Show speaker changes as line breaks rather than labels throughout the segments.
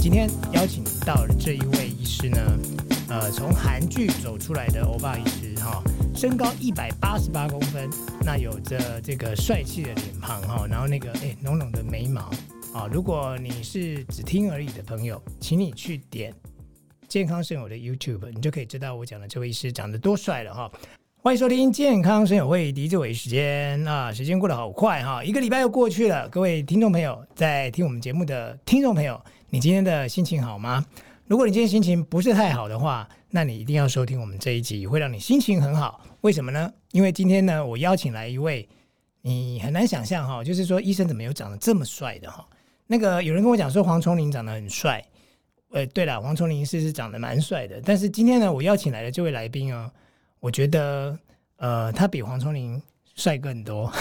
今天邀请到的这一位医师呢，呃，从韩剧走出来的欧巴医师哈、身高一百八十八公分，那有着这个帅气的脸庞哈、然后那个哎浓浓的眉毛啊、如果你是只听而已的朋友，请你去点健康生活的 YouTube，你就可以知道我讲的这位医师长得多帅了哈、欢迎收听健康生友会狄志伟时间啊，时间过得好快哈、一个礼拜又过去了。各位听众朋友，在听我们节目的听众朋友，你今天的心情好吗？如果你今天心情不是太好的话，那你一定要收听我们这一集，会让你心情很好。为什么呢？因为今天呢，我邀请来一位你很难想象哈、就是说医生怎么有长得这么帅的哈、那个有人跟我讲说黄崇林长得很帅，呃，对了，黄崇林是是长得蛮帅的，但是今天呢，我邀请来的这位来宾哦，我觉得呃，他比黄崇林帅更多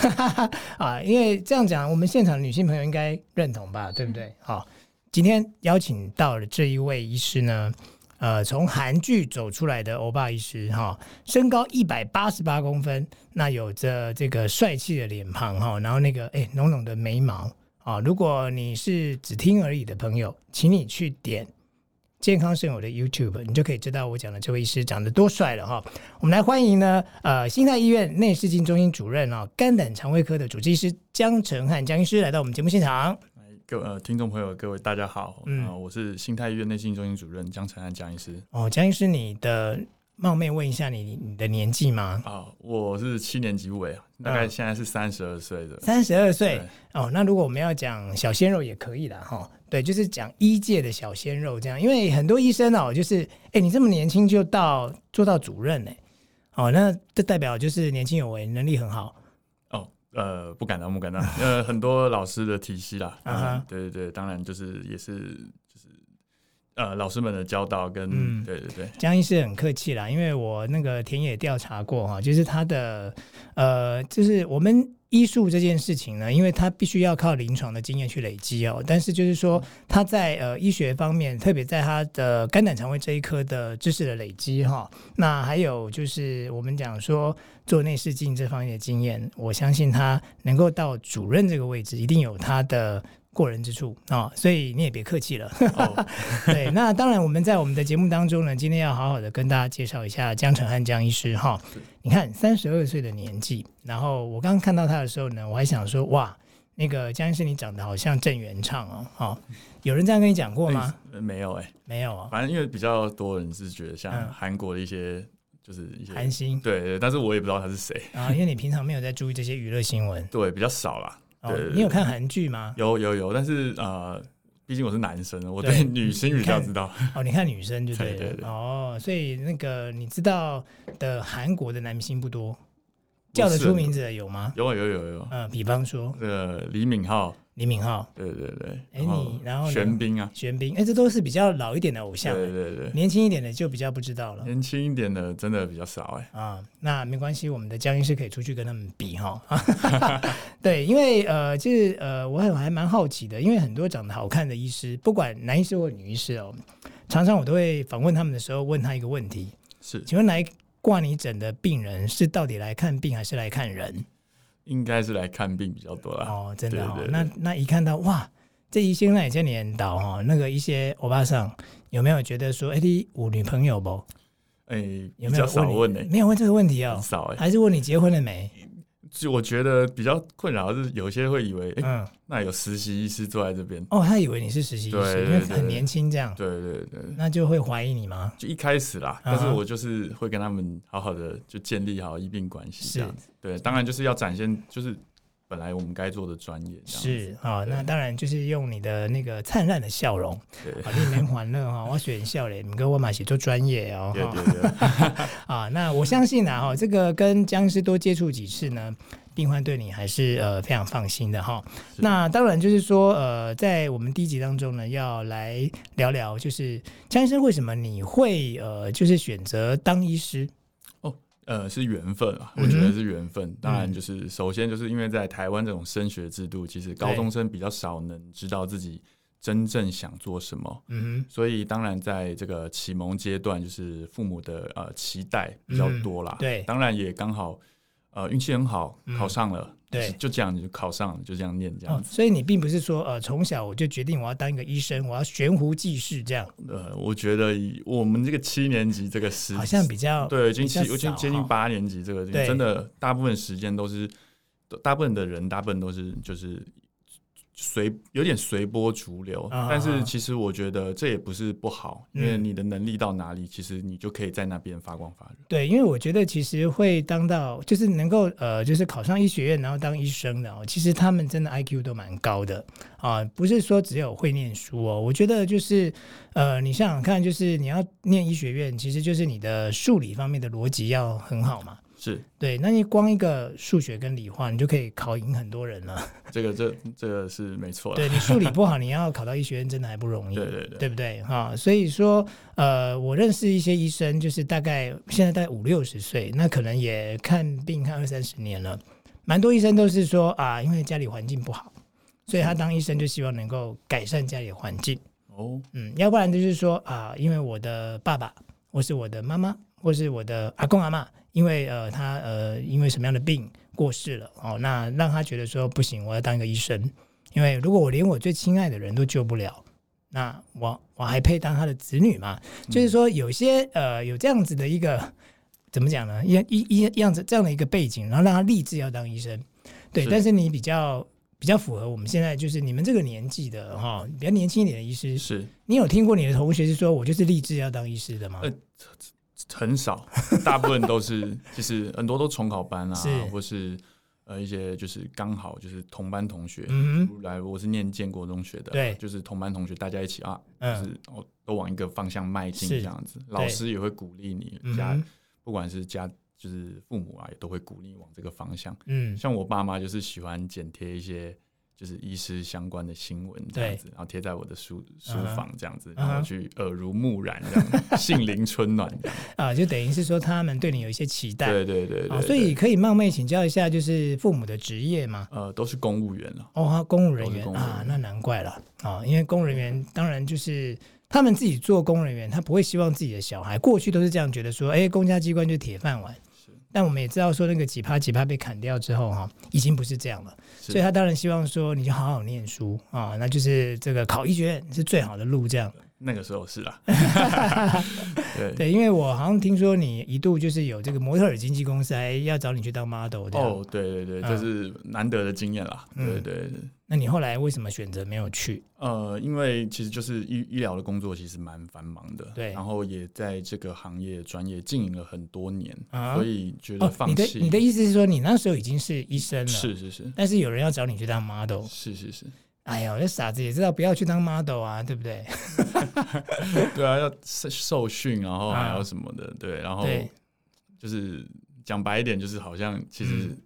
啊，因为这样讲，我们现场的女性朋友应该认同吧，对不对？好，今天邀请到的这一位医师呢，呃，从韩剧走出来的欧巴医师哈、身高一百八十八公分，那有着这个帅气的脸庞哈、然后那个哎浓浓的眉毛啊、如果你是只听而已的朋友，请你去点。健康生活的 YouTube，你就可以知道我讲的这位医师长得多帅了哈、我们来欢迎呢，呃，新泰医院内视镜中心主任啊、肝胆肠胃科的主治医师江成汉江医师来到我们节目现场。
各呃听众朋友，各位大家好，
嗯
嗯、我是新泰医院内心中心主任江承汉江医师
哦，江医师，你的冒昧问一下你，你的年纪吗？
啊、我是七年级尾，啊大概现在是三十二岁的，
嗯三十二岁哦，那如果我们要讲小鲜肉也可以啦，哈，对，就是讲医界的小鲜肉这样，因为很多医生哦，就是哎、你这么年轻就到做到主任呢、哦，那这代表就是年轻有为，能力很好。
哦，呃，不敢当，不敢当，呃，很多老师的体系啦，
啊哈
嗯对对对，当然就是也是就是呃老师们的教导跟、
嗯
对对 对，
江医师很客气啦，因为我那个田野调查过哈，就是他的呃，就是我们医术这件事情呢，因为他必须要靠临床的经验去累积哦，但是就是说他在呃医学方面，特别在他的肝胆肠胃这一科的知识的累积哈，那还有就是我们讲说做内视镜这方面的经验，我相信他能够到主任这个位置，一定有他的。过人之处啊、所以你也别客气了。
哦，
对，那当然，我们在我们的节目当中呢，今天要好好的跟大家介绍一下江承汉江医师哈
是。
你看，三十二岁的年纪，然后我刚刚看到他的时候呢，我还想说，哇，那个江医师你长得好像郑元畅哦，哈、有人这样跟你讲过吗？
呃没有哎、
没有哦，
反正因为比较多人是觉得
嗯
像韩国的一些、就是一些
韩星
对对，但是我也不知道他是谁，
啊，因为你平常没有在注意这些娱乐新闻
对，比较少啦，
哦
对对。对
你有看韩剧吗？
有有有，但是呃，毕竟我是男生，我
对
对女星比较知道。
哦，你看女生就对了
对对对
哦，所以那个你知道的韩国的男明星不多，
是
叫得出
很
名字的有吗？
有有有有，
呃，比方说
呃，李敏镐，
李敏镐。
对对对，
哎你然后呢
玄彬啊，
玄彬，哎、这都是比较老一点的偶像，嗯
对嗯对对，
年轻一点的就比较不知道了
年轻一点的真的比较少哎。
啊。那没关系，我们的江医师可以出去跟他们比 哈。对，因为呃，就是呃，我还我还蛮好奇的，因为很多长得好看的医师，不管男医师或女医师哦，常常我都会访问他们的时候问他一个问题：
是，
请问来挂你诊的病人是到底来看病还是来看人？
应该是来看病比较多啦。
哦，真的哦，
啊对对对
那那一看到哇，这医生那也叫你引导哦，那个一些欧巴桑有没有觉得说，哎、你有女朋友不？
哎，
有
比
没有
较少
问
问
你
哎，
没有问这个问题哦
很，少哎。
还是问你结婚了没？
就我觉得比较困扰的是有些会以为，哎，
嗯，
那有实习医师坐在这边，
哦，他以为你是实习医
对
师，
对
因为
对
很年轻这样，
对对对。
那就会怀疑你吗？
就一开始啦，
嗯哼
但是我就是会跟他们好好的就建立好医病关系
是
这样子。对，当然就是要展现就是本来我们该做的专业这样子。
是啊、哦，
对
那当然就是用你的那个灿烂的笑容，
对
啊，令人欢乐哈。我选笑脸，你跟我买写作专业哦。
对
哈
对对，
啊，那我相信啊，哈，这个跟僵尸多接触几次呢，病患对你还是呃非常放心的哈。
是
那当然就是说，呃，在我们第一集当中呢，要来聊聊，就是江医生为什么你会呃，就是选择当医师？
呃，是缘分啊，
嗯
我
哼
觉得是缘分。当然，就是首先就是因为在台湾这种升学制度，其实高中生比较少能知道自己真正想做什么，
嗯
所以当然在这个启蒙阶段，就是父母的呃期待比较多啦。
嗯对
当然也刚好呃运气很好
嗯
考上了，
对
就这样你就考上了，就这样念这样
哦，
子。
所以你并不是说呃，从小我就决定我要当一个医生，我要悬壶济世这样，
呃，我觉得以我们这个七年级这个时，
哦好像比较
对，已经
比
七，
较
我已经
少
接近
哈
八年级这个，
对
真的大部分时间都是，大部分的人，大部分都是就是随有点随波逐流。
啊
但是其实我觉得这也不是不好，因为
嗯
你的能力到哪里，其实你就可以在那边发光发热。
对，因为我觉得其实会当到就是能够呃，就是考上医学院然后当医生的哦，其实他们真的 IQ 都蛮高的啊、不是说只有会念书哦。我觉得就是呃，你想想看，就是你要念医学院，其实就是你的数理方面的逻辑要很好嘛。
是
对，那你光一个数学跟理化，你就可以考赢很多人了。
这个，这这个是没错的。
对你数理不好，你要考到医学院真的还不容易。
对对对
对不对？哈、所以说，呃，我认识一些医生，就是大概现在大概五六十岁，那可能也看病看二三十年了，蛮多医生都是说啊，因为家里环境不好，所以他当医生就希望能够改善家里的环境，
哦，
嗯，要不然就是说啊，因为我的爸爸，或是我的妈妈，或是我的阿公阿妈，因为呃他呃因为什么样的病过世了，哦，那让他觉得说不行，我要当一个医生，因为如果我连我最亲爱的人都救不了，那我我还配当他的子女吗？就是说有些呃有这样子的一个怎么讲呢？一一一样子这样的一个背景，然后让他立志要当医生，对，
是
但是你比较。比较符合我们现在就是你们这个年纪的哈，比较年轻一点的医师，
是
你有听过你的同学是说我就是立志要当医师的吗？
呃很少，大部分都是其实很多都重考班啊，
是
或是呃一些就是刚好就是同班同学。
嗯
如来，我是念建国中学的，
对
就是同班同学，大家一起啊，
哼，
就
嗯
是哦，都往一个方向迈进
是
这样子。老师也会鼓励你，
嗯
家
哼
不管是家就是父母啊，也都会鼓励你往这个方向。
嗯，
像我爸妈就是喜欢剪贴一些就是医师相关的新闻这样子，然后贴在我的书书
嗯哼
房这样子，
嗯哼
然后去耳濡目染这样，杏林春暖这样。
啊，就等于是说他 们对你有一些期待
对对对
啊，所
对，对
以可以冒昧请教一下，就是父母的职业嘛？
呃都是公务员了。
哦，他公务人
都是
员
公务人
啊，那难怪了啊，因为公务人员当然就是他们自己做公务人员，他不会希望自己的小孩过去都是这样觉得说，哎、公家机关就铁饭碗。但我们也知道说那个几趴几趴被砍掉之后哈、已经不是这样了，
是
所以他当然希望说你就好好念书啊，那就是这个考医学院是最好的路这样。
那个时候 是啦，对
对，因为我好像听说你一度就是有这个模特儿经纪公司还要找你去当 model 这样，
哦，对对对，这
啊嗯
是难得的经验啦。
嗯
对对对，
那你后来为什么选择没有去？
呃，因为其实就是医医疗的工作其实蛮繁忙的，
对
然后也在这个行业专业经营了很多年，
啊
所以觉得
哦，
放
你的
弃、
你的意思是说你那时候已经是医生了，，
是是是
但是有人要找你去当 model，
是是是，
哎呀，那傻子也知道不要去当 model 啊，对不对？
对啊，要受受训，然后还
啊
要什么的，对，然后
对
就是讲白一点，就是好像其实
嗯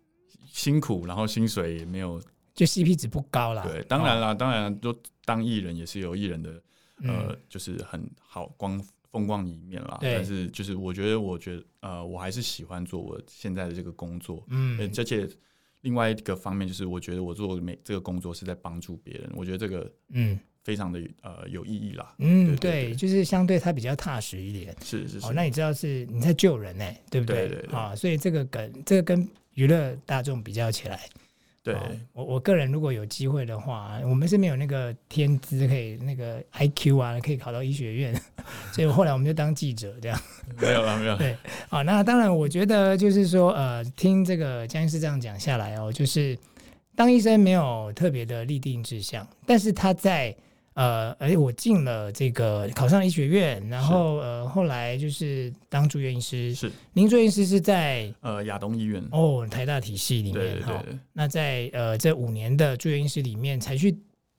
辛苦，然后薪水也没有，
就 CP 值不高啦。
对，当然啦，当然就当艺人也是有艺人的
嗯
呃，就是很好光风光一面啦。
对
但是就是我觉得，我觉得呃，我还是喜欢做我现在的这个工作。呃
嗯，
而且另外一个方面就是，我觉得我做每这个工作是在帮助别人，我觉得这个
嗯
非常的呃有意义啦。
嗯，
对对
对，
对
就是相对他比较踏实一点。
是是
哦，
是，
那你知道是你在救人呢、欸对不
对对对
啊，所以这个跟这个跟娱乐大众比较起来，
对
哦我我个人如果有机会的话，我们是没有那个天资可以那个 IQ 啊，可以考到医学院， 所以后来我们就当记者这样。
没有了没有
对啊，那当然，我觉得就是说，呃，听这个江医师这样讲下来哦，就是当医生没有特别的立定志向，但是他在呃，哎，我进了这个考上了医学院，然后呃，后来就是当住院医师。
是
您住院医师是在
呃亚东医院，
哦台大体系里
对
面
对
哈、
对对，
那在呃这五年的住院医师里面，才去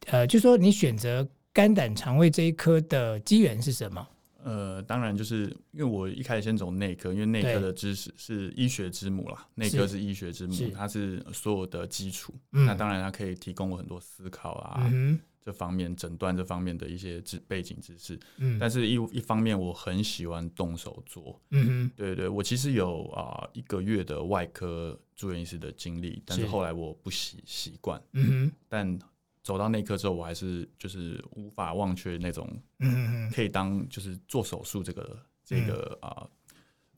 呃，就说你选择肝胆肠胃这一科的机缘是什么？
呃，当然就是因为我一开始先走内科，因为内
对
科的知识是医学之母啦，内科
是
是医学之母
是，
它是所有的基础。
嗯
那当然，它可以提供我很多思考啊，
嗯
这方面诊断这方面的一些知背景知识。
哼，嗯
但是一一方面，我很喜欢动手做。
嗯哼，
对对对，我其实有啊、一个月的外科住院医师的经历，但是
是
后来我不习习惯，
嗯哼，
但。走到内科之后，我还是就是无法忘却那种
嗯哼，
可以当就是做手术这个这个啊、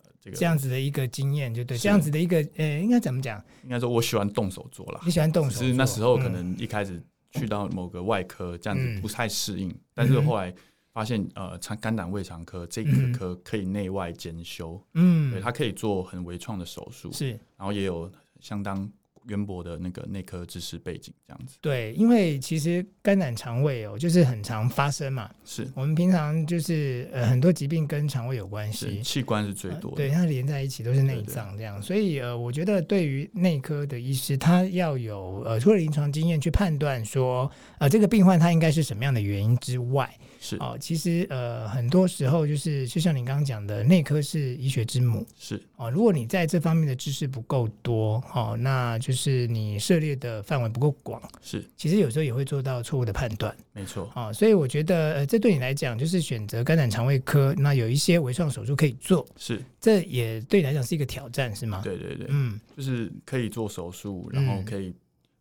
呃这个
嗯这样子的一个经验，就对，
是
这样子的一个呃，应该怎么讲？
应该说我喜欢动手做啦
你，喜欢动手
只
做，
是那时候可
嗯
能一开始去到某个外科这样
嗯
子不太适应，但是后来发现呃，肠肝胆胃肠科这
嗯
个科可以内外兼修，对，
嗯，
它可以做很微创的手术，
是
然后也有相当渊博的那个内科知识背景，这样子
对，因为其实肝胆肠胃哦，就是很常发生嘛。
是
我们平常就是呃很多疾病跟肠胃有关
是
系，
器官是最
呃
多的，
对，它连在一起都是内
对对
脏这样，所以呃，我觉得对于内科的医师，他要有呃除了临床经验去判断说呃这个病患他应该是什么样的原因之外，
是
哦，其实呃很多时候就是就像你刚刚讲的，内科是医学之母
是
哦，如果你在这方面的知识不够多哦，那就是你涉猎的范围不够广，
是，
其实有时候也会做到错误的判断。
没错，
啊、所以我觉得呃，这对你来讲就是选择肝胆肠胃科，那有一些微创手术可以做，
是
这也对你来讲是一个挑战，是吗？，
对对对，
嗯，
就是可以做手术，然后
嗯
可以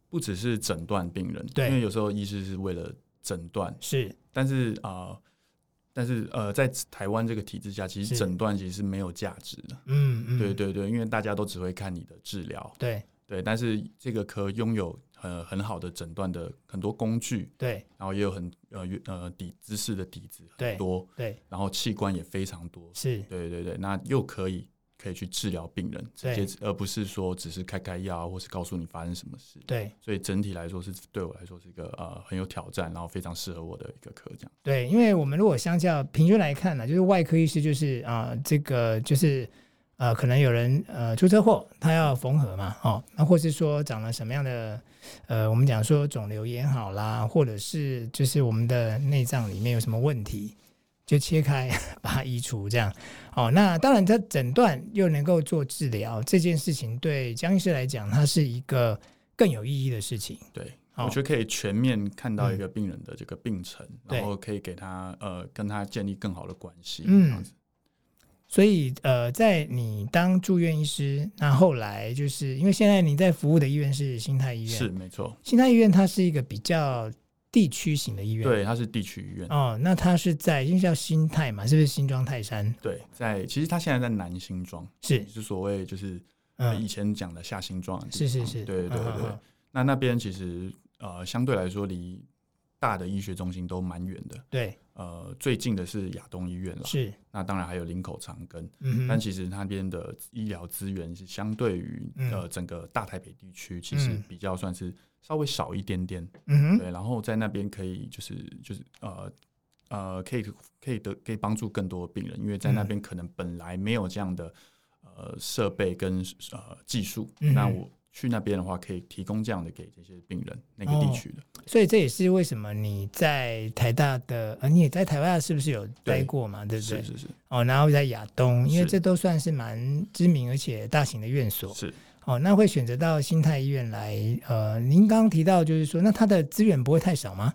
不只是诊断病人，
对
因为有时候医师是为了诊断，
是
但是啊、呃但是呃，在台湾这个体制下，其
是
实诊断其实是没有价值的。
嗯嗯，
对对对，因为大家都只会看你的治疗，
对
对，但是这个科拥有呃很好的诊断的很多工具，
对
然后也有很呃呃底知识的底子
对
很多，
对
然后器官也非常多，
是，
对对对，那又可以可以去治疗病人，直
对
接而不是说只是开开药啊或是告诉你发生什么事，
对
所以整体来说是对我来说是一个呃很有挑战，然后非常适合我的一个科这样，
对，因为我们如果相较平均来看呢，就是外科医师就是啊、这个就是呃，可能有人呃出车祸，他要缝合嘛，哦，那或是说长了什么样的呃，我们讲说肿瘤也好啦，或者是就是我们的内脏里面有什么问题，就切开 把它移除这样。哦，那当然，它诊断又能够做治疗这件事情，对江医师来讲，它是一个更有意义的事情。
对。
哦
我觉得可以全面看到一个病人的这个病程，
对
然后可以给他呃跟他建立更好的关系，
嗯
这样子。
所以，呃，在你当住院医师，那后来就是因为现在你在服务的医院是新泰医院，
是没错，
新泰医院，它是一个比较地区型的医院，，
对，它是地区医院，
哦，那它是在因为叫新泰嘛，是不是新庄泰山？
对，在其实它现在在南新庄，
是
也，是所谓就是、呃
嗯
以，前讲的下新庄的地
是是
方
是，
对对
嗯
对。，那那边其实呃相对来说离大的医学中心都蛮远的，
对，
呃最近的是亚东医院了，
是，
那当然还有林口长庚，
嗯
但
哼，
其实那边的医疗资源是相对于、
嗯
呃整个大台北地区其实
嗯
比较算是稍微少一点点，
嗯哼，
对，然后在那边可以就是就是呃呃，可以可以得可以帮助更多的病人，因为在那
嗯
边可能本来没有这样的呃设备跟呃技术，
嗯
那
哼
我去那边的话，可以提供这样的给这些病人那个
哦
地区的。
所以这也是为什么你在台大的，呃，你也在台大是不是有待
对
过嘛？对不对
是？是是
哦，然后在亚东，因为
是
这都算是蛮知名而且大型的院所，
是，
哦，那会选择到新泰医院来。呃，您刚刚提到就是说，那它的资源不会太少吗？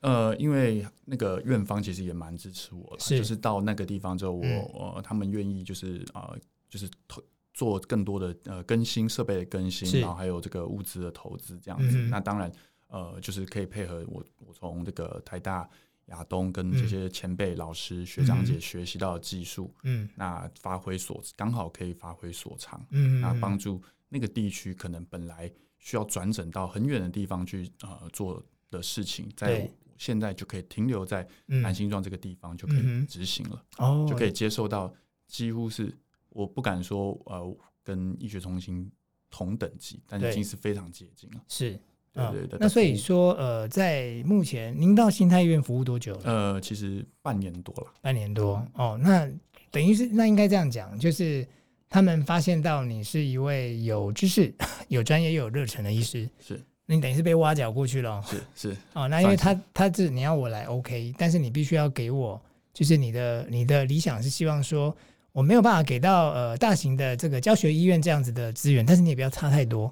呃，因为那个院方其实也蛮支持我了，
是
就是到那个地方之后，我、
嗯
呃他们愿意就是呃就是投做更多的呃更新设备的更
是
新，然后还有这个物资的投资这样子。
嗯哼
那当然呃就是可以配合我我从这个台大亚东跟这
嗯
些前辈老师、学长
嗯
姐学习到的技术，
嗯
那发挥所刚好可以发挥所长，
嗯，
那帮
嗯
助那个地区可能本来需要转诊到很远的地方去呃做的事情，在
对
现在就可以停留在
嗯
南新庄这个地方就可
嗯哼
以执行了，
哦
就可以接受到几乎是我不敢说呃跟医学中心同等级，但
对
已经是非常接近了。
是
对
啊
对对，
那所以
服务
说，呃，在目前您到新泰医院服务多久了？
呃，其实半年多了，
半年多哦。那等于是那应该这样讲，就是他们发现到你是一位有知识、 有专业又有热忱的医师，
是
那你等于是被挖角过去了哦。
是是
哦，那因为他
算
他是你要我来 OK，但是你必须要给我，就是你的你的理想是希望说我没有办法给到呃大型的这个教学医院这样子的资源，但是你也不要差太多。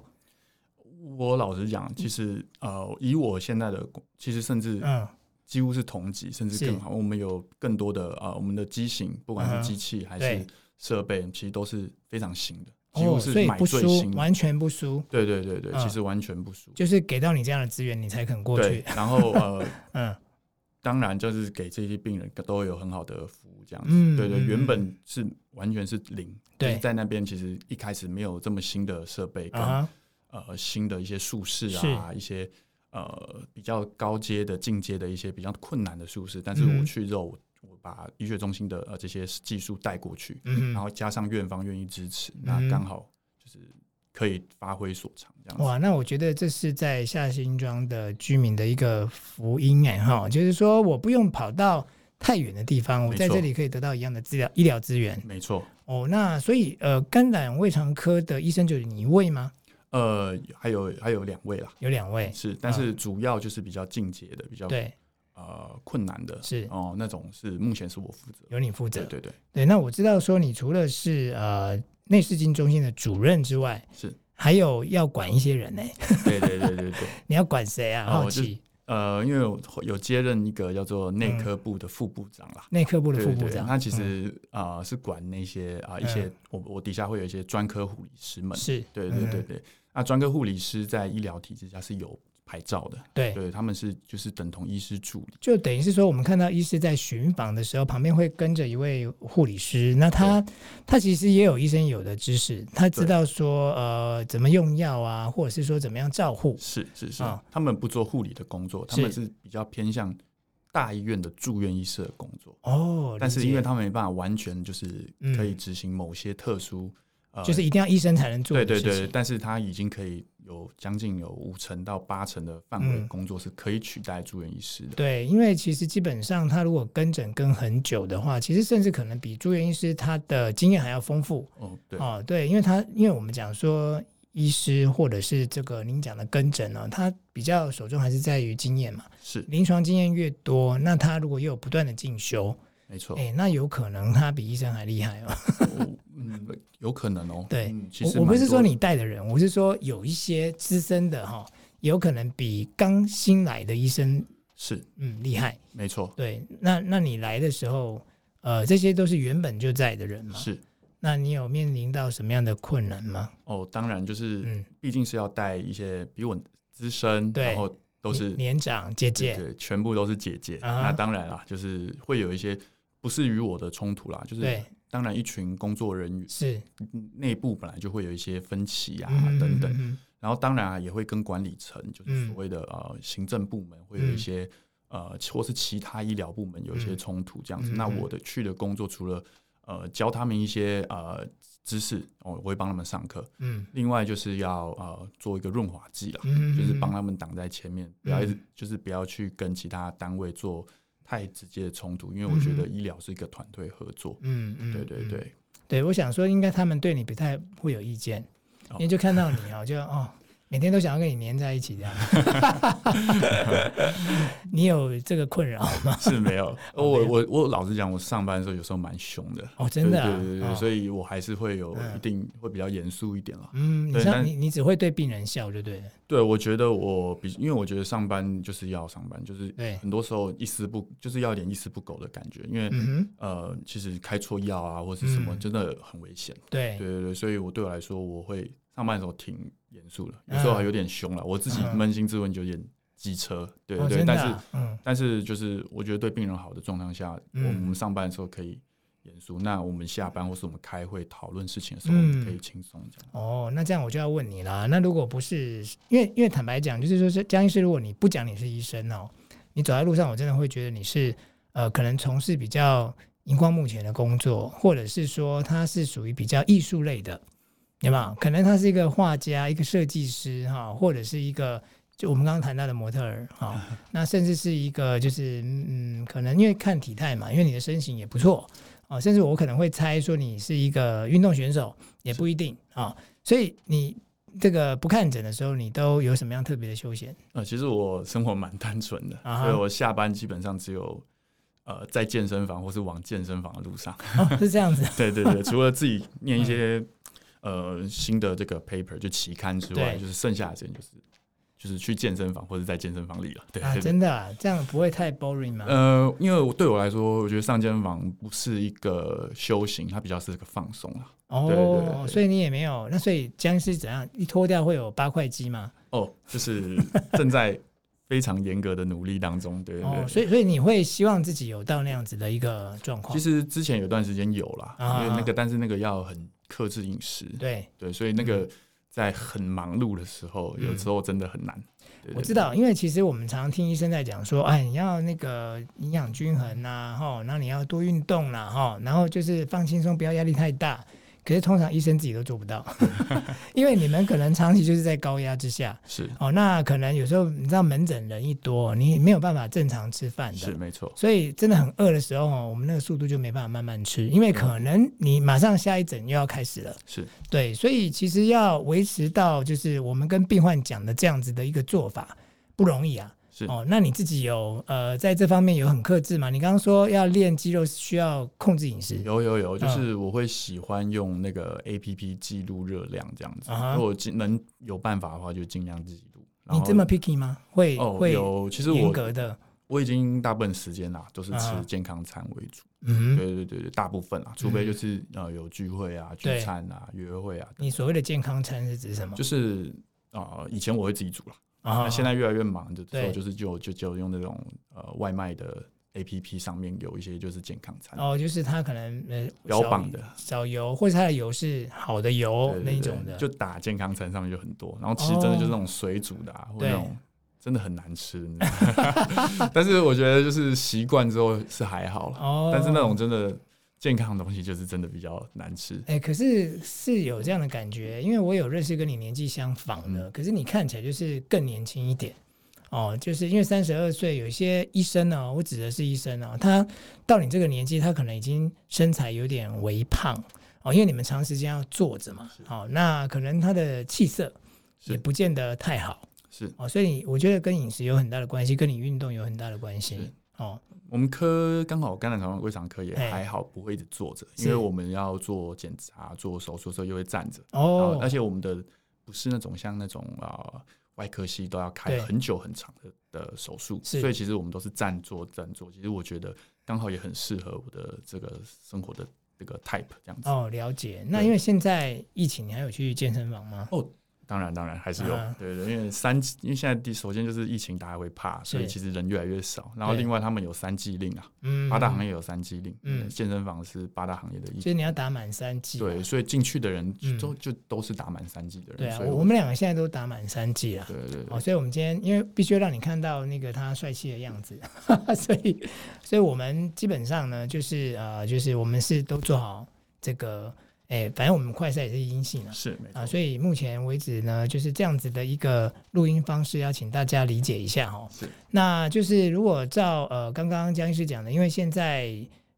我老实讲，其实呃，以我现在的工，其实甚至
嗯，
几乎是同级，甚至
是
更好。我们有更多的呃，我们的机型，不管
嗯哼
是机器还
对
是设备，其实都是非常新的，几
哦，
乎
所
是
以
买
不
最
输
新，的。
完全不输，
对对对对，
嗯
其实完全不输。
就是给到你这样的资源，你才肯过
对
去。，
然后呃，
嗯，
当然就是给这些病人都有很好的服务，这样子。
嗯
对对，
嗯
原本是完全是零，
对
就是在那边其实一开始没有这么新的设备跟、
啊哈，
呃新的一些术式啊，一些呃比较高阶的进阶的一些比较困难的术式，但是
嗯
我去之后，我我把医学中心的呃这些技术带过去，
嗯
然
哼，
后加上院方愿意支持，
嗯
那刚好就是可以发挥所长这样子。
哇，那我觉得这是在下新庄的居民的一个福音哎哈，就是说我不用跑到太远的地方，我
没
在
错
这里可以得到一样的治疗医疗资源
没错，
哦。那所以呃，肝胆胃肠科的医生就是你一位吗？
呃，还有还有两位啦，
有两位，
是，但是主要就是比较进阶的，比较
嗯对，
呃困难的，
是
哦，那种是目前是我负责。
由你负责
对。对对，
对，那我知道说你除了是呃内视镜中心的主任之外，
是，
还有要管一些人呢、
对对对对对。
你要管谁啊？
哦
好
我就
奇，
呃，因为我有接任一个叫做内科部的副部长啦，
内科嗯部的
对
副
对
部
对，
长，
他其
嗯
实啊、呃是管那些啊、一些
嗯
我我底下会有一些专科护理师们，
是，
对对对
嗯
对，那专科护理师在医疗体制下是有牌照的，
对，
对，他们是就是等同医师助理，
就等于是说，我们看到医师在巡访的时候，旁边会跟着一位护理师，那他他其实也有医生有的知识，他知
对
道说呃怎么用药啊，或者是说怎么样照护，
是是是，
啊
他们不做护理的工作，他
是
们是比较偏向大医院的住院医师的工作，
哦，
但
理
是
解
因为他们没办法完全就是可以
嗯
执行某些特殊，呃，
就是一定要医生才能做
对
的
对
事情，
对，但是他已经可以有将近有五成到八成的范围
嗯
工作是可以取代住院医师的。
对，因为其实基本上他如果跟诊跟很久的话，其实甚至可能比住院医师他的经验还要丰富
哦，对，
哦。对，因为他因为我们讲说医师或者是这个您讲的跟诊哦，他比较首重还是在于经验嘛。
是
临床经验越多，那他如果又有不断的进修，
没错。
哎，那有可能他比医生还厉害哦。
我嗯，有可能哦。
对
嗯、其实
我我不
蛮
是
多
说你带的人，我是说有一些资深的哈、有可能比刚新来的医生
是
嗯厉害。
没错，
对，那那你来的时候，呃，这些都是原本就在的人嘛？
是
那你有面临到什么样的困难吗？
哦。当然，就是
嗯，
毕竟是要带一些比我资深，
对
然后都是
年年长姐
对
姐，
对，全部都是姐姐。
啊哈
那当然啦，就是会有一些不是与我的冲突啦，就是
对，
当然一群工作人员
是
内部本来就会有一些分歧啊、
嗯
等等。
嗯
然后当然、啊、也会跟管理层，就是
嗯
所谓的、呃行政部门会有一
嗯
些、呃或是其他医疗部门有一些
嗯
冲突这样子。
嗯
那
嗯
我的去的工作除了呃教他们一些呃知识，哦，我会帮他们上课，
嗯
另外就是要呃做一个润滑剂啦，
嗯，
就是帮
嗯
他们挡在前面，不要一直、
嗯
就是不要去跟其他单位做太直接的冲突，因为我觉得
嗯
医疗是一个团队合作。
嗯嗯，
对对
嗯，
对，
对我想说，应该他们对你不太会有意见，
哦
因为就看到你哦，就哦。每天都想要跟你粘在一起 这样，你有这个困扰吗？
是没有。
哦
我
没有
我我老实讲，我上班的时候有时候蛮凶的。
哦，真的啊、
对对对对，
哦
所以我还是会有
嗯
一定会比较严肃一点啦。
嗯，你
对
知道
但
你你只会对病人笑就对了，
对，我觉得我比，因为我觉得上班就是要上班，就是
对
很多时候一丝不，就是要有点一丝不苟的感觉，因为、
嗯哼，
呃，其实开错药啊或是什么，
嗯
真的很危险。
对
对对对，所以我对我来说，我会上班的时候挺严肃的，有时候还有点凶了。我自己
嗯
扪心自问，有点机车。对
哦
对对，
真的
但是
啊嗯
但是就是我觉得对病人好的状况下，
嗯
我们上班的时候可以严肃，那我们下班或是我们开会讨论事情的时候，
嗯
我们可以轻松这样。
哦，那这样我就要问你啦。那如果不是因为因为坦白讲，就是说是江医师，如果你不讲你是医生哦，你走在路上，我真的会觉得你是呃，可能从事比较荧光幕前的工作，或者是说他是属于比较艺术类的，有没有？可能他是一个画家、一个设计师哈、或者是一个。就我们刚刚谈到的模特儿哈、那甚至是一个就是嗯，可能因为看体态嘛，因为你的身形也不错啊、甚至我可能会猜说你是一个运动选手，也不一定啊、所以你这个不看诊的时候，你都有什么样特别的休闲？
呃，其实我生活蛮单纯的，
啊哈
所以我下班基本上只有呃在健身房或是往健身房的路 上。
哦，是这样子，
对对 对，除了自己念一些呃新的这个 paper 就期刊之外，
嗯对
就是剩下的时间就是就是去健身房或者在健身房里了。对
啊，
对对。
真的啊，这样不会太 boring 吗？
呃，因为我对我来说，我觉得上健身房不是一个修行，它比较是一个放松啊。
哦，
对对对
所以你也没有，那所以僵尸怎样一脱掉会有八块肌吗？
哦，就是正在非常严格的努力当中，对对对。
哦，所以所以你会希望自己有到那样子的一个状况
其，实之前有段时间有啦，
啊
因为那个但是那个要很克制饮食，
对。
对，所以那个在很忙碌的时候，
嗯
有时候真的很难。对
我
对
知道，因为其实我们常听医生在讲说，哎，你要那个营养均衡呐、啊，哈，然后你要多运动啦、哈，然后就是放轻松，不要压力太大。可是通常医生自己都做不 到，因为你们可能长期就是在高压之下，
是
哦，那可能有时候你知道门诊人一多，你没有办法正常吃饭
是
的，
没错，
所以真的很饿的时候哦，我们那个速度就没办法慢慢吃，因
嗯
为可能你马上下一诊又要开始了。
是
对，所以其实要维持到就是我们跟病患讲的这样子的一个做法不容易啊。
是
哦，那你自己有呃在这方面有很克制吗？你刚刚说要练肌肉需要控制饮食，
有有有，就是我会喜欢用那个 A P P 记录热量这样子，
啊哈
如果尽能有办法的话，就尽量记录。然
你
后
这么 picky 吗？会、
哦，
会
有，其实
严
我
格的，
我已经大部分时间啦都是
啊
吃健康餐为主，
嗯哼，
对对对对，大部分啦，除非就是呃有聚会啊、聚
对
餐啊、约会啊，
你所谓的健康餐是指什么？
就是啊、呃以前我会自己煮啦，
啊
那现在越来越忙的时
对
候，就是就就就用那种呃外卖的 A P P 上面有一些就是健康餐，
哦，就是它可能呃
标
少
榜的
少油，或者它的油是好的油
对对
哦那一
对
种的，
就打健康餐上面就很多，然后其实真的就是那种水煮的啊，或
哦对
那种。真的很难吃，你知道 但是我觉得就是习惯之后是还好了，
哦，
但是那种真的健康的东西就是真的比较难吃。
哎、可是是有这样的感觉，因为我有认识跟你年纪相仿
嗯
的，可是你看起来就是更年轻一点。哦，就是因为三十二岁，有一些医生呢、我指的是医生啊、他到你这个年纪，他可能已经身材有点微胖哦，因为你们长时间要坐着嘛，哦，那可能他的气色
是
也不见得太好
是
哦，所以你我觉得跟饮食有很大的关系，跟你运动有很大的关系
是
哦，
我们科刚好肝胆肠胃肠科也
哎
还好，不会一直坐着，
是
因为我们要做检查、做手术的时候又会站着。然后
哦
而，且我们的不是那种像那种啊、呃外科系都要开
对
很久很长的的手术，
是
所以其实我们都是站坐站坐。其实我觉得刚好也很适合我的这个生活的这个 type 这样子。
哦，了解。那
对
因为现在疫情，你还有去健身房吗？
当然当然还是有，
啊
对对，因为三因为现在第首先就是疫情大家会怕，所以
对
其实人越来越少。然后
对
另外他们有三季令啊，
嗯，
八大行业有三季令，
嗯
嗯，健身房是八大行业的一
所。以你要打满三剂嘛。
对，所以进去的人
嗯
都、就都是打满三季的人，
对啊，
所以
我我们两个现在都打满三剂了。
对对对
哦，所以我们今天因为必须让你看到那个他帅气的样子， 所以所以我们基本上呢，就是呃，就是我们是都做好这个，哎、反正我们快筛也是阴性啊。
是没错
啊，所以目前为止呢，就是这样子的一个录音方式，要请大家理解一下哦
是。
那就是如果照呃刚刚江医师讲的，因为现在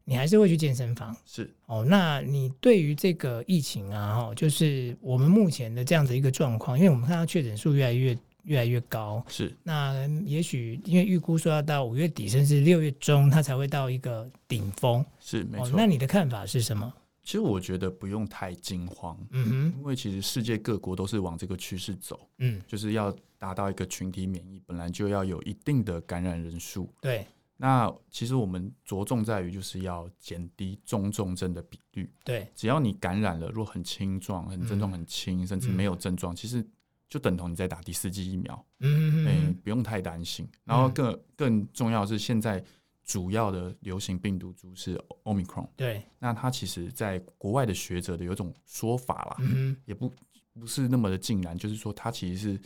你还是会去健身房，
是。
哦，那你对于这个疫情啊，哈，就是我们目前的这样的一个状况，因为我们看到确诊数越来越越来越高，
是
那嗯也许因为预估说要到五月底甚至六月中，它才会到一个顶峰。
是没
哦，
错、
那你的看法是什么？
其实我觉得不用太惊慌，
嗯哼，
因为其实世界各国都是往这个趋势走，
嗯，
就是要达到一个群体免疫，本来就要有一定的感染人数。
对
那其实我们着重在于就是要减低中重症的比率。
对，
只要你感染了，若很轻状、很症状
嗯
很轻，甚至没有症状，其实就等同你在打第四剂疫苗，
嗯
哎、
嗯
不用太担心。然后更更重要的是，现在主要的流行病毒株是 Omicron。
对，
那它其实在国外的学者的有一种说法啦，
嗯哼，
也不不是那么的尽然，就是说它其实是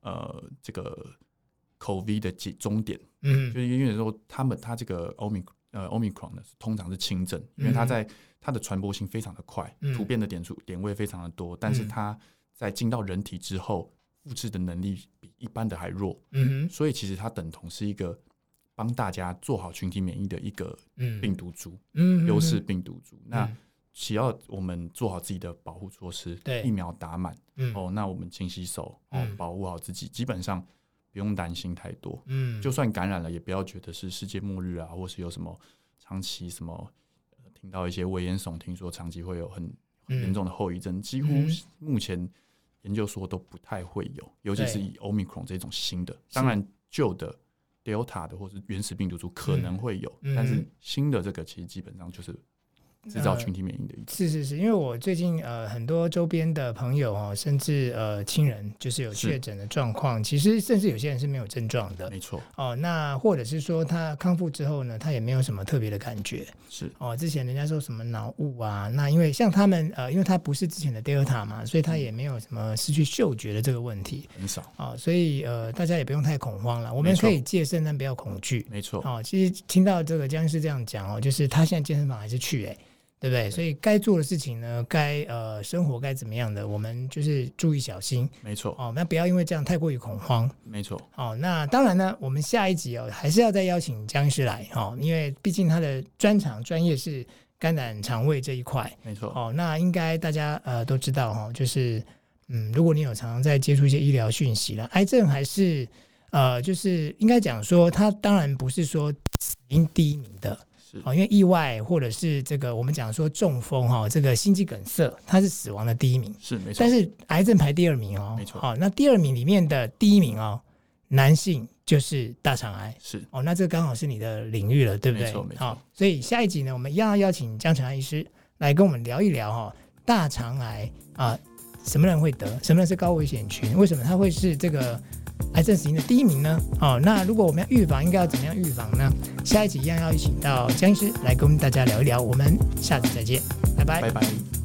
呃这个 COVID 的解终点，
嗯
就，是因为说他们它这个 Omic 呃 Omicron 呢通常是轻症，因为它在它的传播性非常的快，
嗯
突变的点数点位非常的多，但是
嗯
它在进到人体之后复制的能力比一般的还弱，
嗯哼，
所以其实它等同是一个帮大家做好群体免疫的一个
嗯，
病毒株。
嗯
优势，病毒株。那
嗯
只要我们做好自己的保护措施，
对
疫苗打满
嗯
哦，那我们勤洗手哦
嗯，
保护好自己，基本上不用担心太多。
嗯，
就算感染了，也不要觉得是世界末日啊，或是有什么长期什么，呃听到一些危言耸听说长期会有很很
嗯
严重的后遗症，几乎
嗯
目前研究说都不太会有，尤其
对
是以 Omicron 这种新的，当然旧的 Delta 的或是原始病毒株可能会有，
嗯
但是
嗯
新的这个其实基本上就是制造群体免疫的一种。
是是是，因为我最近呃很多周边的朋友哦，甚至呃亲人，就是有
是
确诊的状况，其实甚至有些人是没有症状的
没错，
哦。那或者是说他康复之后呢，他也没有什么特别的感觉
是
哦。之前人家说什么脑雾啊，那因为像他们呃，因为他不是之前的 Delta 嘛，所以他也
嗯
没有什么失去嗅觉的这个问题
很少，
哦，所以呃大家也不用太恐慌了，我们
没错
可以戒慎，但不要恐惧。
没错，
哦，其实听到这个僵尸这样讲哦，就是他现在健身房还是去哎、对不对？所以该做的事情呢，该呃生活该怎么样的，我们就是注意小心
没错，
哦。那不要因为这样太过于恐慌
没错，
哦。那当然呢，我们下一集哦还是要再邀请僵尸来哦，因为毕竟他的专长专业是肝胆肠胃这一块
没错，
哦。那应该大家呃都知道哈、哦，就是嗯，如果你有常常在接触一些医疗讯息了，癌症还是呃，就是应该讲说，它当然不是说死因第一名的
是
哦，因为意外或者是这个我们讲说中风哈、哦，这个心肌梗塞它是死亡的第一名，
是没错
但，是癌症排第二名哦，
没错
哦，那第二名里面的第一名哦，男性就是大肠癌。
是
哦，那这刚好是你的领域了，对不对？
没错没错
好，所以下一集呢，我们一样要邀请江长安医师来跟我们聊一聊哈、哦，大肠癌啊、什么人会得，什么人是高危险群，为什么它会是这个癌症死因的第一名呢？哦，那如果我们要预防，应该要怎么样预防呢？下一集一样要请到江医师来跟大家聊一聊，我们下次再见，拜拜
拜拜。